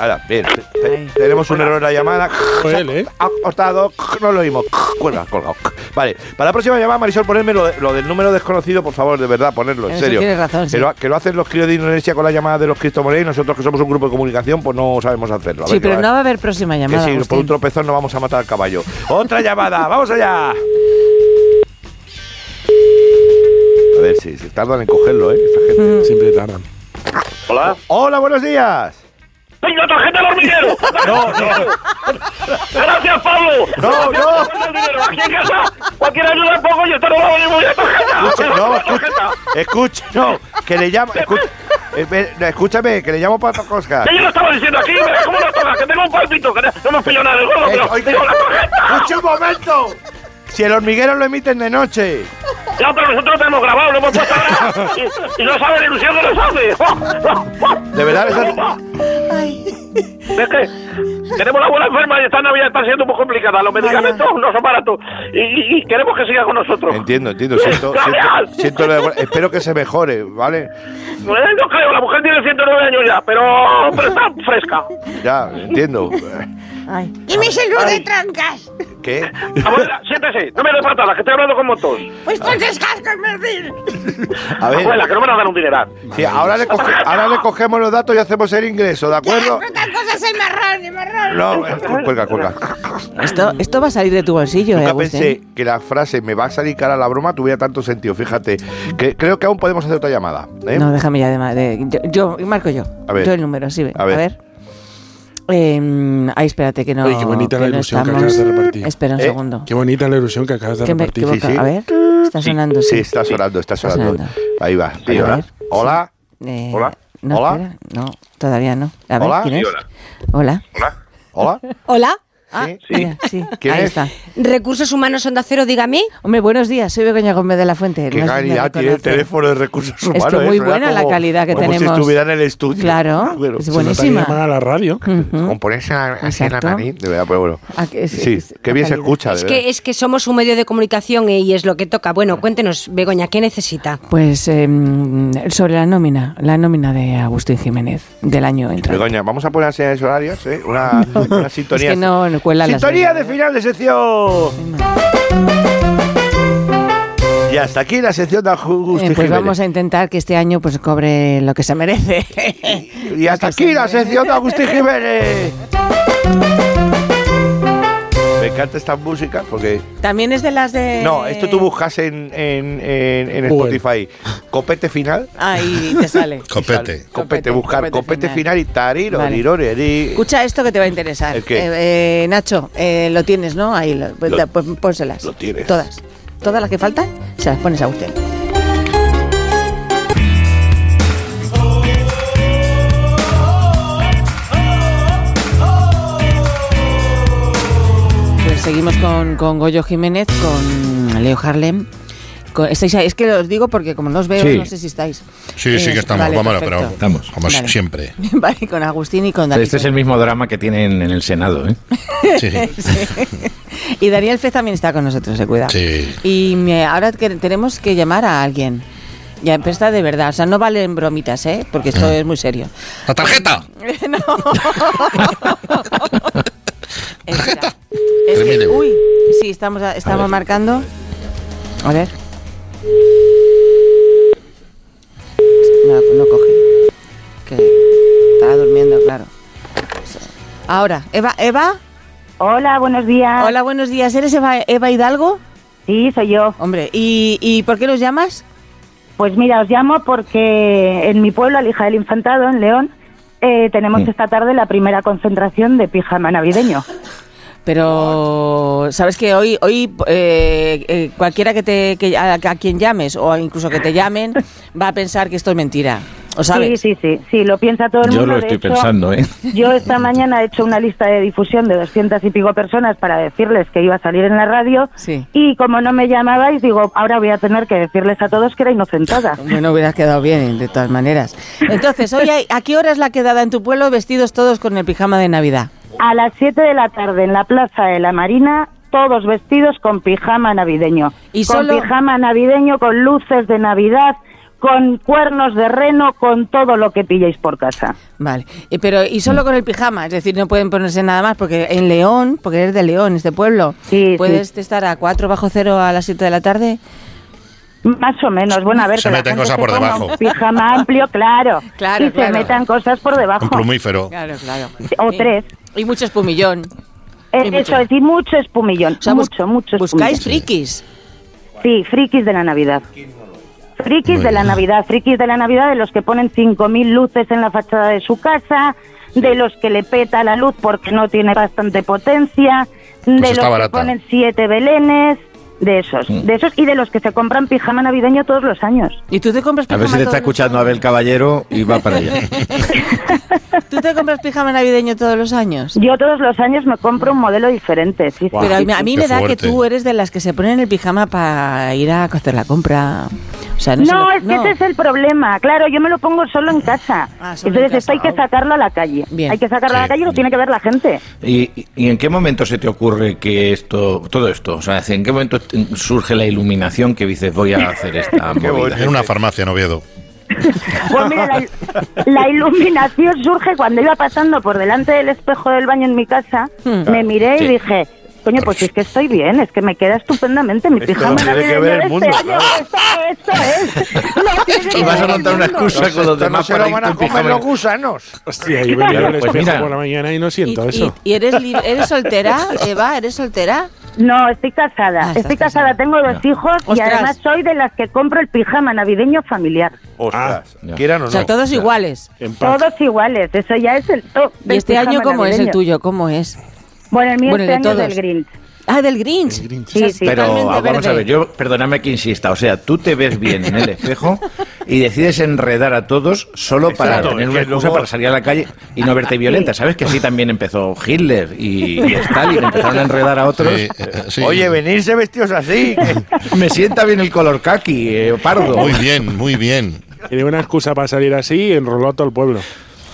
Ahora, bien. te- te-
Ay.
tenemos un error en la llamada.
Fue él, ¿eh?
Ha cortado. No lo oímos. Cuelga, colgado. Vale. Para la próxima llamada, Marisol, ponerme lo, lo del número desconocido, por favor, de verdad, ponerlo, en
Eso
serio.
tienes razón, sí.
que, lo, que lo hacen los críos de Indonesia con la llamada de los Cristo Moreno y nosotros que somos un grupo de comunicación, pues no sabemos hacerlo. A
Sí,
ver qué
pero
va.
no va a haber próxima
Que
llamada.
si por
Agustín.
un tropezón no vamos a matar al caballo. Otra llamada, vamos allá. A ver si, si tardan en cogerlo, ¿eh? Esta
Mm.
gente.
Siempre tardan.
Hola.
Hola, buenos días.
¡Venga, tarjeta del hormiguero!
No, no,
¡Gracias, Pablo!
no, no.
El dinero, aquí en casa, cualquier ayuda poco yo te lo hago ni voy a tarjeta.
Escucha, no, escucha, escucha, no, que le llamo, escucha, eh, eh, escúchame, que le llamo para otra cosa.
Que yo lo estaba diciendo aquí, mira cómo lo toca, que tengo un palpito, que no me pillo nada del gordo,
Eh,
pero
oye,
tengo la tarjeta.
escucha un momento. Si el hormiguero lo emiten de noche.
Ya, pero nosotros lo tenemos grabado, lo hemos puesto ahora. Y, y no sabe la ilusión que nos hace.
De verdad, esa-
Es que tenemos la buena enferma y esta Navidad está siendo muy complicada. Los medicamentos no son baratos. Y, y- y queremos que siga con nosotros.
Entiendo, entiendo, siento, siento, siento lo de- espero que se mejore, ¿vale?
Eh, No creo, la mujer tiene 109 años ya, pero, pero está fresca.
Ya, entiendo.
Ay.
Y me sirvo de trancas.
¿Qué?
Abuela, siéntese, no me dé patadas, que estoy hablando con motos.
Pues ponte cascos, Merlín.
A ver,
Abuela, que no me van a dar un dineral.
sí, ahora, le coge- ahora le cogemos los datos y hacemos el ingreso, ¿de acuerdo?
Frutas, cosas en marrón, en marrón.
No, eh, cuelga, cuelga.
Esto, esto va a salir de tu bolsillo, ¿eh,
Nunca
Agustín?
pensé que la frase me va a salir cara a la broma tuviera tanto sentido, fíjate. Que, creo que aún podemos hacer otra llamada. ¿eh?
No, déjame ya de, ma- de- yo, yo- marco yo.
A ver.
Yo el número, sí. ve.
A
A
ver.
ver. Eh, ay, espérate que no.
Oye, qué bonita
que
la
no
ilusión que acabas de repartir.
Espera un
¿Eh?
segundo.
Qué bonita la ilusión que acabas de
Que me-
repartir.
que
sí,
boca-
sí.
A ver, está sonando.
Sí,
Sí,
está sonando, está
Está
sonando.
sonando.
Ahí va. ahí
a
va.
ver,
Hola.
Eh,
Hola.
No,
Hola.
espera, no, todavía no. A ver,
Hola.
¿quién
Sí,
es?
hola.
Hola.
Hola.
Hola.
Hola,
Ah,
Sí.
mira, sí.
¿Quién
Ahí
es?
está.
Recursos Humanos Onda Cero, dígame.
Hombre, buenos días. Soy Begoña Gómez de la Fuente.
Qué
no sé si me
calidad tiene el
reconoce.
teléfono de recursos
que
humanos. ¿eh?
muy
Suena
buena la
como-
calidad que
como
tenemos.
si estuviera en el estudio.
Claro,
Bueno,
es
se
Se nota que
buenísima. Mm.
llaman a la radio.
Ujú.
Con ponerse la- así en la
Exacto.
nariz, de verdad, pero bueno.
Ah, que es-
sí,
es-
qué bien se
calidad.
escucha, de
Es
Eh.
verdad.
que, es que somos un medio de comunicación eh, y es lo que toca. Bueno, cuéntenos, Begoña, ¿qué necesita?
Pues em, sobre la nómina, la nómina de Agustín Jiménez del año entrante.
Begoña, vamos a poner así en los horarios, ¿eh? Una, una sintonía.
Es que no, no cuela las
sintonía de
velas.
final de sección. Y hasta aquí la sección de
Eh,
Agustín
pues
Jiménez.
vamos a intentar que este año pues cobre lo que se merece.
Y hasta aquí la sección de Agustín Jiménez. Me encanta esta música porque...
También es de las de
No, esto tú buscas en, en, en- en
Google.
Spotify. Copete final.
Ahí te sale.
Copete.
Copete, buscar copete, final. y tariro,
Vale.
dirore, di-
Escucha esto que te va a interesar.
¿El qué?
Eh, eh, Nacho, eh, lo tienes, ¿no? Ahí, lo- pues,
Lo-
da- pues pónselas.
lo tienes.
Todas. Todas las que faltan, se las pones a usted. Pues seguimos con, con Goyo Jiménez, con Leo Harlem. Con- estáis ahí, es que os digo porque como no os veo,
Sí.
no sé si estáis.
Sí, sí
Eh,
que estamos.
vale,
Vámonos,
perfecto.
pero
Estamos.
Como
Vale.
siempre.
Vale, con Agustín y con David.
Este es el mismo drama que tienen en el Senado, ¿eh?
Sí.
Y Daniel Fez también está con nosotros, se cuida.
Sí.
Y me- ahora que tenemos que llamar a alguien. Ya, pero esta de verdad, o sea, no valen bromitas, ¿eh? Porque esto es muy serio.
¡La tarjeta!
no. Espera. Es
Termine.
que, uy, sí, estamos, estamos marcando. A ver. No, no coge. Que está durmiendo, claro. Ahora, Eva, Eva.
Hola, buenos días.
Hola, buenos días. ¿Eres Eva, Eva Hidalgo?
Sí, soy yo.
Hombre, ¿y, y por qué nos llamas?
Pues mira, os llamo porque en mi pueblo, Alija del Infantado, en León, eh, tenemos
Mm.
esta tarde la primera concentración de pijama navideño.
Pero sabes que hoy hoy eh, eh, cualquiera que te que- a, a quien llames o incluso que te llamen va a pensar que esto es mentira. ¿O sabes?
Sí, sí, sí, sí, lo piensa todo el
Yo
mundo.
lo
de
estoy
hecho,
pensando, ¿eh?
Yo esta mañana he hecho una lista de difusión de doscientas y pico personas para decirles que iba a salir en la radio
Sí.
y como no me llamabais, digo, ahora voy a tener que decirles a todos que era inocentada.
Bueno, hubieras quedado bien, de todas maneras. Entonces, hoy hay- ¿a qué hora es la quedada en tu pueblo vestidos todos con el pijama de Navidad?
A las 7 de la tarde en la Plaza de la Marina, todos vestidos con pijama navideño.
Y
con
solo-
pijama navideño, con luces de Navidad, con cuernos de reno, con todo lo que pilléis por casa.
Vale, y, pero y solo con el pijama, es decir, no pueden ponerse nada más, porque en León, porque eres de León, este pueblo,
Sí,
puedes
sí.
estar a 4 bajo cero a las 7 de la tarde.
Más o menos, bueno, a ver,
Se
que la
meten
gente
cosas
se
por
ponga
debajo.
Un pijama amplio, claro.
Claro,
y
claro.
se metan cosas por debajo.
Un plumífero.
Claro, claro.
O
Y-
tres.
Y mucho espumillón.
Eh,
y mucho.
Eso es, y mucho espumillón.
O sea, bus-
mucho, mucho
Buscáis
espumillón.
frikis.
Sí, frikis de la Navidad. Frikis de la Navidad, frikis de la Navidad, de los que ponen 5.000 luces en la fachada de su casa, de los que le peta la luz porque no tiene bastante potencia, de
está
los que
barata.
ponen siete belenes, de esos, de esos y de los que se compran pijama navideño todos los años.
¿Y tú te compras
A
pijama
ver si te
todos
está
los-
escuchando Abel Caballero y va para allá.
¿Tú te compras pijama navideño todos los años?
Yo todos los años me compro un modelo diferente. sí, sí,
Pero a
sí,
mí, a mí
Qué
me da que
fuerte.
tú eres de las que se ponen el pijama para ir a hacer la compra. O sea, no, se
No,
lo-
es que ese es el problema. Claro, yo me lo pongo solo en casa.
Ah, solo en
Entonces
casa,
esto hay que
ah.
sacarlo a la calle.
Bien.
Hay que sacarlo a la
Sí.
calle y lo tiene que ver la gente.
¿Y, y en qué momento se te ocurre que esto, todo esto, o sea, en qué momento te- surge la iluminación que dices voy a hacer esta
Qué
movida?
bueno.
En
eh,
una farmacia en Oviedo.
Pues mira, la, la iluminación surge cuando iba pasando por delante del espejo del baño en mi casa,
Hmm.
me miré
Sí.
y dije... Coño, pues es que estoy bien, es que me queda estupendamente mi
Esto
pijama
lo tiene que
navideño
ver
de
el mundo,
este año.
claro.
Esto, esto es. Lo tiene que
Y vas a
ver el
montar una
mundo.
excusa con los demás para irte en pijama.
gusanos.
Hostia, yo me miro al
Pues
espejo
mira.
por la mañana y no
¿Y,
siento
y-
eso.
y eres, li- eres soltera, Eva? ¿Eres soltera?
No, estoy casada.
Ah, estás
estoy casada,
casada.
tengo dos hijos y
Ostras.
además soy de las que compro el pijama navideño familiar.
Ostras,
Ah, ya.
quieran o
O sea,
no.
todos iguales.
En paz.
Todos iguales, eso ya es el top.
¿Y
del
este
pijama
año cómo es el
navideño.
tuyo? ¿Cómo es?
Bueno, el mío
Bueno,
este
el de
año es
todos.
del Grinch.
Ah, del Grinch.
Sí,
O sea, es
sí.
Pero
totalmente
vamos
verde.
a ver, yo perdóname que insista, o sea, tú te ves bien en el espejo y decides enredar a todos solo para
Exacto,
tener
es
una
que
excusa
luego-
para salir a la calle y no verte violenta. Sabes que así también empezó Hitler y, y Stalin, empezaron a enredar a otros.
Sí, eh, sí.
Oye, venirse vestidos así. que-
Me sienta bien el color kaki, eh, pardo.
Muy bien, muy bien.
Tiene una excusa para salir así y enroló a todo el pueblo.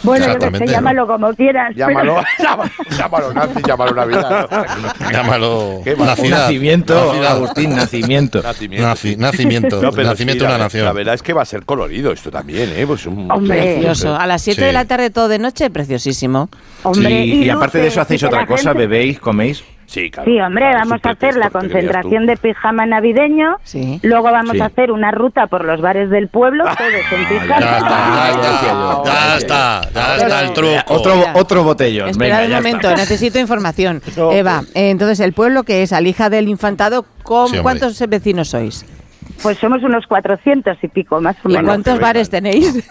Bueno, yo que sé,
Exactamente.
llámalo como quieras. pero-
llámalo, llámalo, llámalo nazi, llámalo Navidad. ¿no?
Llámalo.
Qué mal.
nacidad.
Nacimiento,
Nacidad.
Agustín, nacimiento.
Nacimiento.
Naci- nacimiento.
No, pero sí,
nacimiento de
la,
una nación.
La verdad es que va a ser colorido esto también, ¿eh? Pues un,
Hombre.
Precioso. A las 7
Sí.
de la tarde, todo de noche, preciosísimo.
Hombre,
Sí, y, aparte de
luces,
eso hacéis
y que
otra
la
cosa,
gente-
bebéis, coméis.
Sí, claro.
Sí, hombre,
Claro,
vamos
es
a
un
hacer la
pretexto, porque querías tú.
concentración de pijama navideño.
Sí.
Luego vamos
Sí.
a hacer una ruta por los bares del pueblo,
Ah,
todos en pijama.
Ya está, ya está, ya
Ah,
está, ya está el truco.
Mira, otro,
Mira.
otro botellón.
Esperad
Venga,
un
ya
momento,
está.
necesito información. Eva, eh, entonces, el pueblo que es Alija del Infantado, ¿con
Sí, hombre.
¿cuántos vecinos sois?
Pues somos unos 400 y pico, más o
¿Y
menos.
cuántos bares tenéis?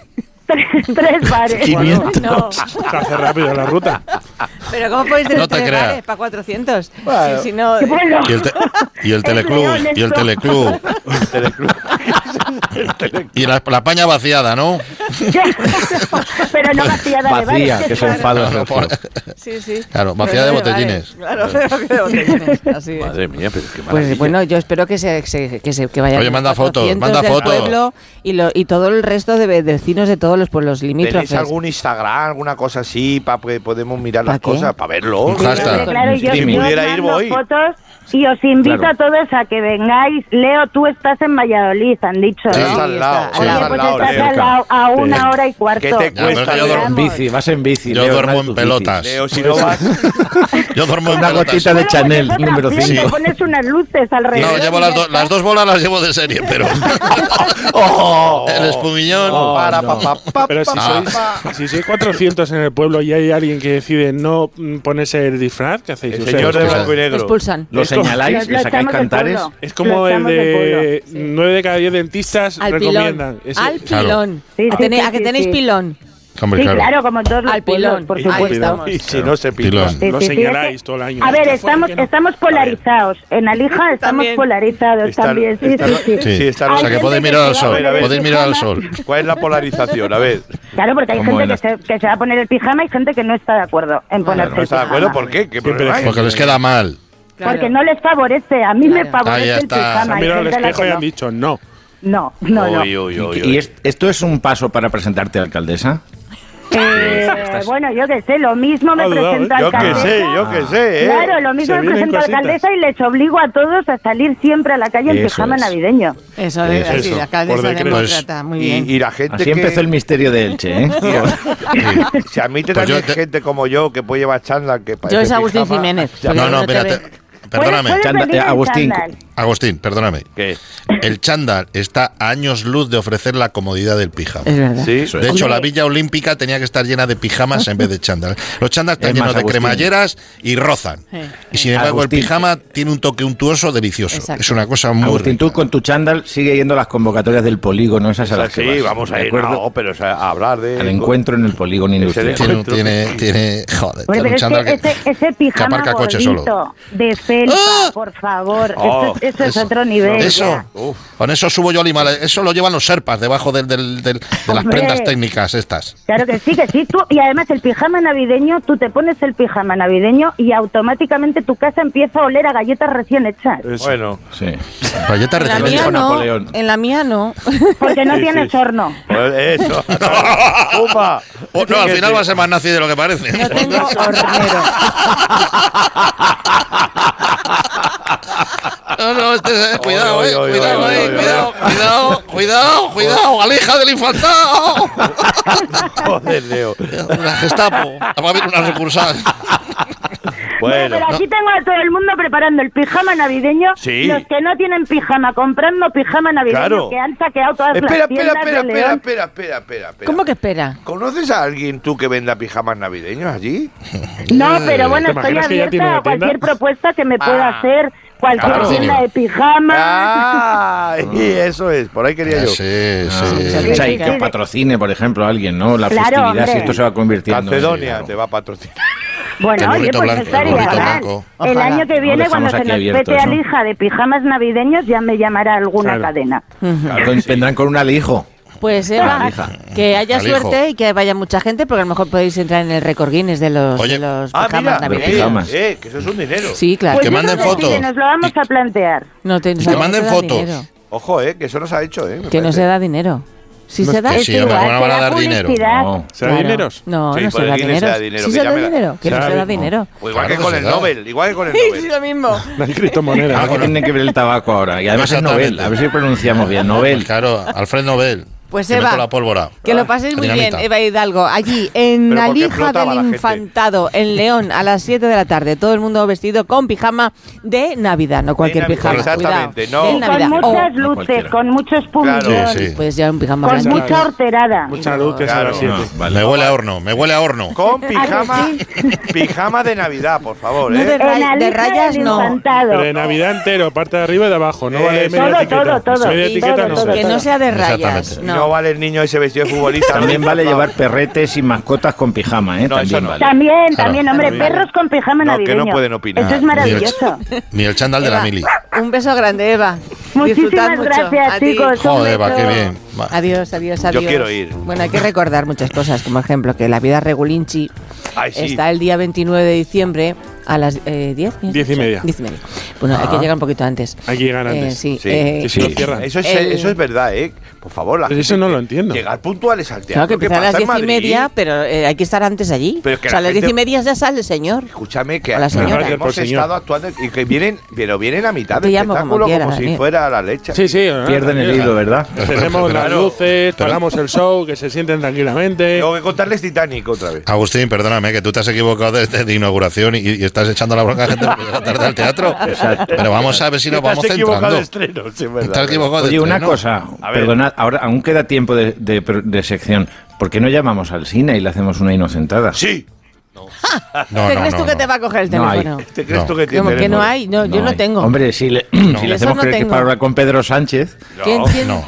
Tres, tres bares.
500.
No,
Se hace rápido la ruta.
pero ¿cómo podéis tener
No te
tres
creas.
bares para 400? Si- si no- eh,
Bueno,
Y el, te- y el
Es
teleclub,
león
y el
esto.
teleclub. y la, la paña vaciada, ¿no?
pero no vaciada de bares.
Vacía, que se enfada. el resto.
sí, sí.
Claro, vaciada de
Pero no
botellines.
Claro, de botellines, así es.
Madre mía, pero qué maravilla.
Pues bueno, yo espero que se, se- que se que vayan
Oye, manda
los
fotos,
400
manda
del
fotos.
pueblo y, lo, y todo el resto de ve- vecinos de todos los pueblos
¿Tenéis
limítrofes.
algún Instagram, alguna cosa así, para que podemos mirar
¿Pa
las
qué?
cosas, para verlo?
Un hashtag.
Claro, yo,
Si
yo os
pudiera ir,
mando
voy.
fotos y os invito
Claro.
a todos a que vengáis. Leo, tú estás en Valladolid, han dicho.
Sí,
¿no?
Está al lado,
Sí,
Oye,
está
está
al
pues
lado,
estás
Leo.
al lado a una hora y cuarto.
¿Qué te
Ya, pero es que
cuesta,
yo
Leo?
En
duermo-
bici, vas en bici.
Yo
Leo,
duermo
dale
en
tus
pelotas.
bicis.
Leo, si no vas...
Yo duermo en
Una
pelotas.
gotita de
Bueno, pues
Chanel,
es otra
número
opción,
5.
Te pones unas luces alrededor.
No, llevo
y
las,
ya
do- las dos bolas las llevo de serie, pero
¡Oh!
el espumillón.
No,
Para,
no.
pa, pa, pa,
Pero si
pa,
sois,
pa.
si sois 400 en el pueblo y hay alguien que decide no mm, ponerse el disfraz, ¿qué hacéis?
El
ustedes?
señor de
Es como-
blanco y negro.
Expulsan.
Lo
Es como-
señaláis,
Lo-
le
lo
sacáis
echamos del
cantares.
pueblo.
Es como
Lo
el
echamos del
de
pueblo, sí.
9 de cada 10 dentistas
Al
recomiendan.
pilón.
Ese-
Al
Claro.
pilón.
Sí,
¿A,
sí,
tenéis-
sí,
a que
sí,
tenéis
sí.
pilón?
Hombre,
Sí,
claro.
claro, como en todos los
Al
pueblos,
pilón.
por
Ahí
supuesto.
estamos.
Y si no se pilla.
Pilón.
Sí,
Lo
sí, sí,
señaláis
es que-
todo el año.
A ver,
Que fuera,
estamos,
que no.
estamos polarizados. En Alija estamos
También.
polarizados
Está-
también. Sí,
está-
sí, sí.
Sí.
Sí, está
o sea
Hay
que
gente
podéis
que
mirar al
se
va a
sol,
ver, a ver.
podéis mirar al sol. este.
¿Cuál es la polarización? A ver,
Claro, porque hay
Como
gente
en
que
las-
se, que se va a poner el pijama y gente que no está de acuerdo en ponerse
no está de
el
acuerdo,
pijama.
¿por qué? ¿Qué
Siempre
problema hay?
Porque les queda mal.
Claro.
Porque no les favorece. A mí me
Claro.
Ahí
favorece el
está.
Se
pijama.
han
hay
mirado al
gente a la
espejo
que
y
no.
han dicho no.
No, no, no.
Uy, uy, uy,
Y,
uy.
y es- esto es un paso para presentarte a alcaldesa.
Eh, bueno, yo qué sé, lo mismo me
Ha dudado,
presento
¿eh? Yo
alcaldesa.
qué sé, yo qué sé, ¿eh?
Claro, lo mismo
Se
me
vienen
presento
cositas.
alcaldesa y les obligo a todos a salir siempre a la calle en
Eso
pijama
es.
navideño.
Eso de
Eso,
así, la
por
alcaldesa
decreto.
demócrata, muy
Y-
bien.
Y, la gente
Así
que-
empezó el misterio de Elche, ¿eh?
Mira, se admite
Pues yo
también
te-
gente como yo que puede llevar chándal que
Yo
parece
es Agustín
pijama.
Jiménez.
Ya,
porque
No,
te
no,
ve.
espérate. Perdóname.
¿Puedes- puedes
Chanda-
venir
eh,
en
Agustín.
chándal?
Agustín, perdóname.
¿Qué?
El chándal está a años luz de ofrecer la comodidad del pijama.
Es verdad.
Sí.
De hecho,
eh,
la Villa Olímpica tenía que estar llena de pijamas en vez de chándal. Los chándal están
Es más,
llenos de
Agustín.
cremalleras y rozan.
Sí.
Y sin embargo,
Agustín.
el pijama tiene un toque untuoso delicioso.
Exacto.
Es una cosa muy.
Agustín, tú
rica.
con tu chándal sigue yendo a las convocatorias del polígono, esas a las que
Sí,
vas,
vamos a
¿de
ir,
acuerdo?
no, pero o sea, a hablar de...
Al encuentro en el polígono industrial.
Excelente.
Tiene, un- tiene, tiene- joder,
Hombre,
tiene un
pero
chándal
ese,
que,
ese, ese
que
pijama
aparca coche
gordito
solo.
de felpa,
¡Ah!
por favor.
Oh,
eso, eso es otro nivel.
Eso,
ya.
Uf.
con eso subo yo al Himalaya. Eso lo llevan los serpas debajo del- del- del- de las
Hombre.
prendas técnicas estas.
Claro que sí, que sí. Tú, y además el pijama navideño, tú te pones el pijama navideño y automáticamente tu casa empieza a oler a galletas recién hechas.
Eso.
Bueno,
Sí.
Galletas
En la
recién
mía
dijo
hechas.
no.
Napoleón.
En la mía no.
Eh,
Porque no
Sí,
tienes
sí.
horno.
pues eso. Upa.
Oh, no, al
Sí,
final
sí.
va a ser más nazi de lo que parece.
No tengo hornero.
No, no, este, eh, cuidado,
Oy,
eh,
oy, oy,
cuidado,
oy,
eh,
oy, oy.
cuidado, cuidado, cuidado, cuidado, alija del infantado.
Joder, Leo.
La Gestapo, va a haber una recursal.
Bueno,
pero aquí tengo a todo el mundo preparando el pijama navideño.
Sí.
Los que no tienen pijama, comprando pijama navideño
Claro.
que han saqueado todas
espera,
las
espera,
tiendas
espera,
de
espera,
León.
espera, espera, espera, espera.
¿Cómo que espera?
¿Conoces a alguien tú que venda pijamas navideños allí?
No, pero bueno,
¿Te
estoy
imaginas que ya tiene
abierta
una
a cualquier
tienda?
propuesta que me pueda
Ah,
hacer, cualquier
claro.
tienda de pijamas.
Ah, y eso es, por ahí quería
Ya
yo.
sé,
Ah.
sí.
Ah. O sea, y que os patrocine, por ejemplo, a alguien, ¿no? La
Claro,
festividad,
hombre.
si esto se va convirtiendo.
Macedonia
en-
te va a patrocinar.
Bueno,
El
oye,
burrito
pues
blanco,
no
el
estaría
burrito
mal.
blanco.
El
Ojalá.
año que
No
viene,
dejamos
cuando se
aquí
nos
abiertos,
pete al
¿no?
hija de pijamas navideños, ya me llamará alguna
Claro.
cadena.
Claro, Vendrán con un alijo.
Pues Eva,
Alija.
que haya
Alijo.
suerte y que vaya mucha gente, porque a lo mejor podéis entrar en el récord Guinness de los,
Oye.
de los
Ah,
pijamas
mira,
navideños.
Pijamas.
eh, eh, que eso es un dinero.
Sí, claro.
Pues
Que
yo
manden
creo sí,
fotos.
que nos lo vamos a plantear.
No te,
que manden fotos.
Ojo, eh, que eso no se ha hecho, eh. me
Que no
parece.
se da dinero. Si
No
se
es-
da,
Que sí, hombre,
igual,
¿cómo no van a
será
dar dinero?
publicidad.
No.
¿Se da
Claro.
dineros?
No,
Sí,
no
por
se da
el Guinness
dinero.
se da dinero,
Sí
que
se
ya
da
me da-
dinero. Que
Se
no
da
se da
dinero.
dinero.
O igual
Claro
que
que
con
se
el
da.
Nobel, igual que con el Nobel.
lo mismo.
No hay criptomonedas.
Algo
¿no?
tienen que ver el tabaco ahora. Y además es
Exactamente.
Nobel. A ver si pronunciamos bien.
Pues
Nobel.
claro, Alfred Nobel.
Pues
que
Eva,
meto la pólvora.
Que lo paséis
La
muy bien,
Ah, dinamita.
Eva Hidalgo. Allí, en
Pero ¿por qué
Alija
flotaba
del
la gente?
Infantado, en León, a las 7 de la tarde. Todo el mundo vestido con pijama de Navidad, no cualquier
Navidad,
pijama.
exactamente,
cuidado, De
no.
Y con
Navidad.
muchas
Oh, No, no
luces,
cualquiera.
con muchos puntos,
Claro.
Sí, sí.
Puedes llevar un pijama
con
grande.
mucha horterada.
Mucha luz que es a
Claro.
las 7.
No, vale.
Me huele a horno, me huele a horno.
Con pijama, pijama de Navidad, por favor,
No
eh.
de-
En
Ray-
Alija
de rayas,
del
no.
Infantado.
Pero de Navidad entero, parte de arriba y de abajo. No vale
Eh,
media
todo,
etiqueta.
todo, todo.
Media
Sí,
etiqueta no.
todo,
Que no sea de rayas.
Exactamente.
No. vale el niño ese vestido de futbolista.
También
¿no?
vale llevar perretes y mascotas con pijama, ¿eh?
No, eso
También
no.
vale.
También,
Claro.
también, hombre,
Navidad.
perros con pijama
No, que no
navideño.
pueden opinar.
Eso es
Ni el-
maravilloso.
Ni el chándal de la
Eva,
mili.
Un beso grande, Eva. Disfrutad
Muchísimas
mucho.
gracias,
A ti.
chicos. Un
Joder, va, qué
beso.
bien. Va.
Adiós, adiós, adiós.
quiero ir.
Bueno, hay que recordar muchas cosas, como ejemplo que la vida regulinchi
Eh,
Ay, sí.
está el día 29 de diciembre a las eh, 10, ¿me has
Diez y
dicho?
media. Ah.
Diez y media. Bueno, hay que llegar un poquito antes.
Hay que llegar
Eh,
antes.
sí.
Sí,
eh,
Que si
Sí.
lo cierran.
Eso es,
El-
eso es verdad, ¿eh? Por favor, la
Pues eso
gente-
no lo entiendo.
Llegar puntuales al teatro.
Claro que
¿qué
empezar a las
pasa en
diez y
Madrid?
media, pero eh, hay que estar antes allí.
Pero es que
o sea, a
la
las diez y
gente-
media ya sale el señor.
Escúchame que
O la señora.
hemos
Gracias por
estado
señor.
actuando y que vienen, pero vienen a mitad
Te
del
llamo como
espectáculo como,
quieras,
si
Daniel.
fuera la leche.
Sí, sí. ¿no?
Pierden el hilo, ¿verdad?
Tenemos las
Claro.
luces,
Pero-
pagamos el show, que se sienten tranquilamente.
Tengo que contarles Titanic otra vez.
Agustín, perdóname, que tú te has equivocado desde de inauguración y, y estás echando la bronca a la gente por llegar tarde al teatro. Pero vamos a ver si nos
Te has
vamos
equivocado
centrando.
de estreno, sí, es verdad.
Estás equivocado de
Oye, una
estreno.
cosa,
A ver.
perdonad, ahora aún queda tiempo de, de- de sección. ¿Por qué no llamamos al Sina y le hacemos una inocentada?
Sí.
No,
¿Te
no,
crees
no,
tú que
no.
te va a coger el
No hay.
teléfono?
¿Te crees
No.
tú que
Como
tienes?
que no hay, no, yo no
hay.
tengo.
Hombre, si le, si le
Eso
hacemos
no
creer
tengo.
que para hablar con Pedro Sánchez,
¿Quién-
No,
quién-
no.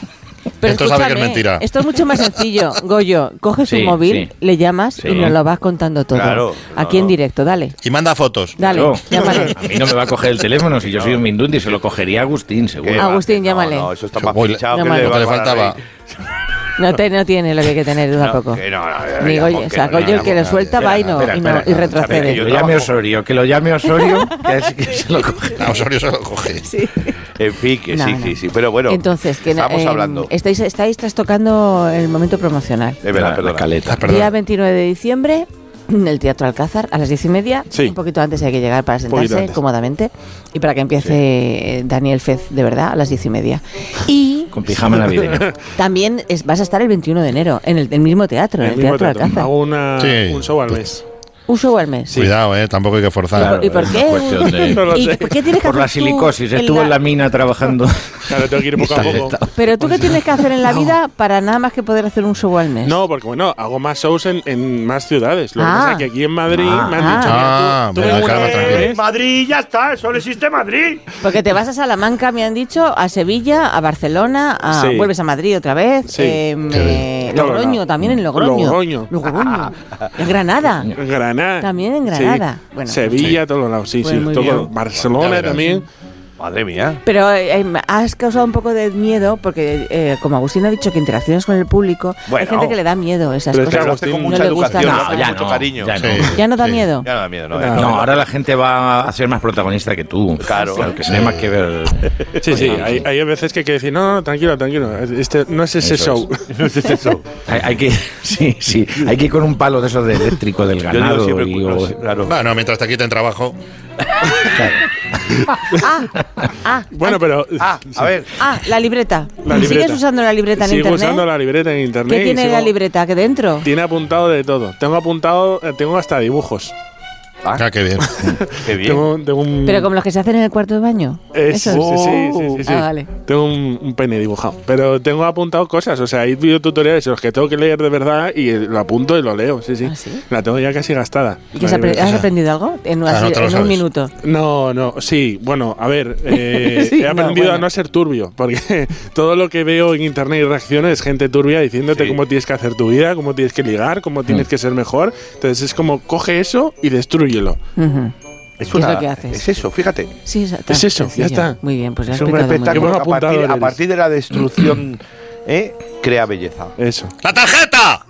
Pero
Esto sabe que es
escúchame,
mentira.
Esto es mucho más sencillo. Goyo, coges
Sí,
tu móvil,
sí.
le llamas
Sí.
y nos lo vas contando todo.
Claro,
Aquí
no,
en
no.
directo, dale.
Y manda fotos.
Dale,
yo-
llámale.
a mí no me va a coger el teléfono si yo soy un mindundi, se lo cogería a Agustín, seguro.
Que va,
Agustín,
que no,
llámale.
No, eso está
Yo
más
voy-
pinchado que
Llámale.
el de
Lo que
le
Bárbara
faltaba.
Rey.
No, te- no tiene lo que hay que tener, duda
No,
poco.
que no, no, no,
Ni
no,
Goyo-
no,
o sea,
no,
Goyo
no,
el que
no,
lo suelta va y no,
Espera,
y no-
espera,
y
no, espera,
retrocede.
Que lo llame Osorio, que lo llame Osorio, que, es, que se lo coge.
A Osorio se lo coge.
En fin, que
No,
sí,
no.
sí, sí. Pero bueno,
Entonces, que no-
estamos
eh,
hablando. Es
Estáis, estáis trastocando el momento promocional.
verdad,
La- la
perdona.
caleta.
Ah, Perdón.
Día 29 de diciembre, en el Teatro Alcázar, a las diez y media.
Sí.
Un poquito antes hay que llegar para
poquito
sentarse
antes.
cómodamente y para que empiece eh, Daniel Fez, de verdad, a las diez y media. Y
Con pijama navideño.
también es- vas a estar el 21 de enero en el, el mismo teatro, en el,
mismo
Teatro
teatro.
Alcázar.
Hago una-
Sí.
un show al mes.
Un show al mes.
Cuidado, eh, tampoco hay que forzar.
Claro,
¿Y por
es
qué?
una cuestión de-
No lo
¿Y
sé.
por qué tienes que
Por la
hacer tú
silicosis,
en
estuvo en la mina trabajando.
Claro, tengo que ir poco a poco.
Pero tú qué tienes que hacer en la vida para nada más que poder hacer un show al mes.
No, porque bueno, hago más shows en, en más ciudades. Lo que
Ah.
pasa es que aquí en Madrid me han dicho,
Ah.
mira,
Ah,
tú, tú ven
me
una
dejaba
vez al
tranquilo.
mes.
Eh, Madrid, ya está, solo existe Madrid.
Porque te vas a Salamanca, me han dicho, a Sevilla, a Barcelona, a-
Sí.
vuelves a Madrid otra vez,
Sí.
eh, eh,
No,
Logroño,
no, no.
también en Logroño.
Logroño.
Logroño. en Granada.
En Granada.
También en
Sí.
Granada. Bueno.
Sevilla, todos los lados. Sí,
Pues muy
sí. todo-
bien.
Ya
Barcelona
verás.
también.
Madre mía.
Pero eh, eh, has causado un poco de miedo porque, eh, como Agustín ha dicho, que interacciones con el público, hay
Bueno.
gente que le da miedo esas
Pero es que
cosas.
Pero lo hace con
Agustín,
mucha
no le gusta
educación,
nada.
lo hace
Ya
con mucho cariño.
ya no.
Sí.
¿Ya no da
Sí.
miedo?
Ya no da miedo, ¿no?
No.
eh.
No, ahora la gente va a ser más protagonista que tú.
Claro.
que tiene más que ver.
Pues
Sí, sí. Hay, hay veces que hay que decir, no, no, no, tranquilo, tranquilo. Este no es ese
Eso
show.
Hay, hay que, sí, sí, hay que ir con un palo de esos de eléctrico del
Yo digo
ganado.
siempre,
y- o-
claro.
No, no, mientras te quiten trabajo.
Bueno, pero.
Ah, a ver.
Ah, la libreta.
La libreta.
¿Sigues usando la libreta en
Sigo
internet?
usando la libreta en internet.
¿Qué
y
tiene
sigo-
la libreta? ¿Qué dentro?
Tiene apuntado de todo. Tengo apuntado, eh, tengo hasta dibujos.
Ah, qué bien.
Qué bien.
Tengo, tengo un.
Pero como los que se hacen en el cuarto de baño.
Es-
Eso.
sí, sí, sí,
Oh.
sí, sí.
Ah, vale.
Tengo un, un pene dibujado. Pero tengo apuntado cosas. O sea, hay videotutoriales en los que tengo que leer de verdad y eh, lo apunto y lo leo. Sí, sí.
¿Ah, sí?
La tengo ya casi gastada.
¿Y que
La
has, apre-
libreta.
has aprendido algo en,
Ah, no te
en
lo
un
sabes.
minuto?
No, no, sí, bueno, a ver, eh,
Sí,
he
no,
aprendido a
bueno.
no ser turbio, porque todo lo que veo en internet y reacciones es gente turbia diciéndote
Sí. Mm.
cómo tienes que hacer tu vida, cómo tienes que ligar, cómo tienes que ser mejor. Entonces es como coge eso y destrúyelo.
Ujú.
Es,
¿Qué es
una-
lo que haces?
es eso, fíjate.
Sí, es, tan
Es eso, ya
sencillo.
está.
Muy bien, pues lo has
Es un
explicado muy
espectáculo
bien.
que a partir,
Apuntador
a
eres.
partir de la destrucción ¿eh? crea belleza.
Eso.
¡La tarjeta!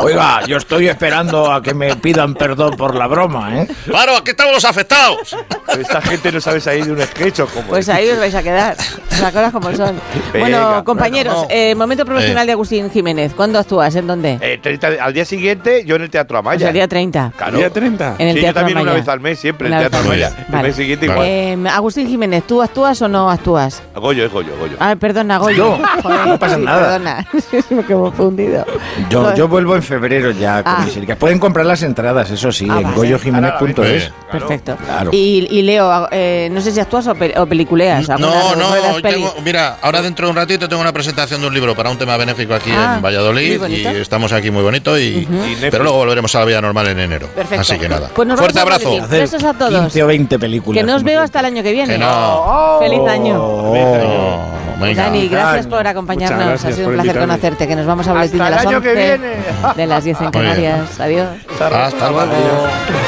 Oiga, yo estoy esperando a que me pidan perdón por la broma, ¿eh?
¡Claro, aquí estamos los afectados!
Esta gente no sabe salir de un sketch o cómo.
Pues
es.
ahí os vais a quedar. Las cosas como son.
Venga,
bueno, compañeros,
bueno.
eh, momento profesional de Agustín Jiménez. ¿Cuándo actúas? ¿En dónde?
Eh, 30 de- al día siguiente, yo en el Teatro
Pues
Amaya.
el día 30.
Claro.
Día 30.
En el
Sí, yo
Teatro
también una
Amaya.
vez al mes, siempre,
Una
el
vez
Teatro
al
Amaya.
mes.
El
Vale.
mes siguiente
Vale.
igual.
Eh, Agustín Jiménez, ¿tú actúas o no actúas?
Goyo, es Goyo, Goyo.
Ah, perdona, Goyo. Joder,
no pasa
sí,
nada.
Perdona, me he confundido.
Yo,
Joder.
yo vuelvo en febrero ya con
Pues- Ah.
mis siricas. Pueden comprar las entradas, eso sí,
Ah,
en
vale.
Ahora la
goyojiménez.es.
venden.
Perfecto.
Claro.
Y, y Leo, eh, no sé si actúas o, pe- o peliculeas. alguna
No,
de- alguna de las
no,
pelis.
tengo- mira, ahora dentro de un ratito tengo una presentación de un libro para un tema benéfico aquí
Ah,
en
muy
Valladolid y
bonito.
estamos aquí muy bonito y,
Y Netflix.
pero luego volveremos a la vida normal en enero.
Perfecto.
Así que nada.
Pues nos
Fuerte
vamos a
abrazo.
Valladolid. Besos a todos.
15 o 20 películas.
Que no os
como
veo
siempre.
hasta el año que viene. Oh.
Que no.
Feliz año.
No, Oh, venga.
Dani, gracias
Año.
por acompañarnos.
Muchas gracias
ha sido un
por
placer
invitarme.
conocerte. Que nos vamos a boletín
Hasta
de las
el año que
11
viene.
de las 10 en
bien.
Canarias. Adiós.
Hasta luego.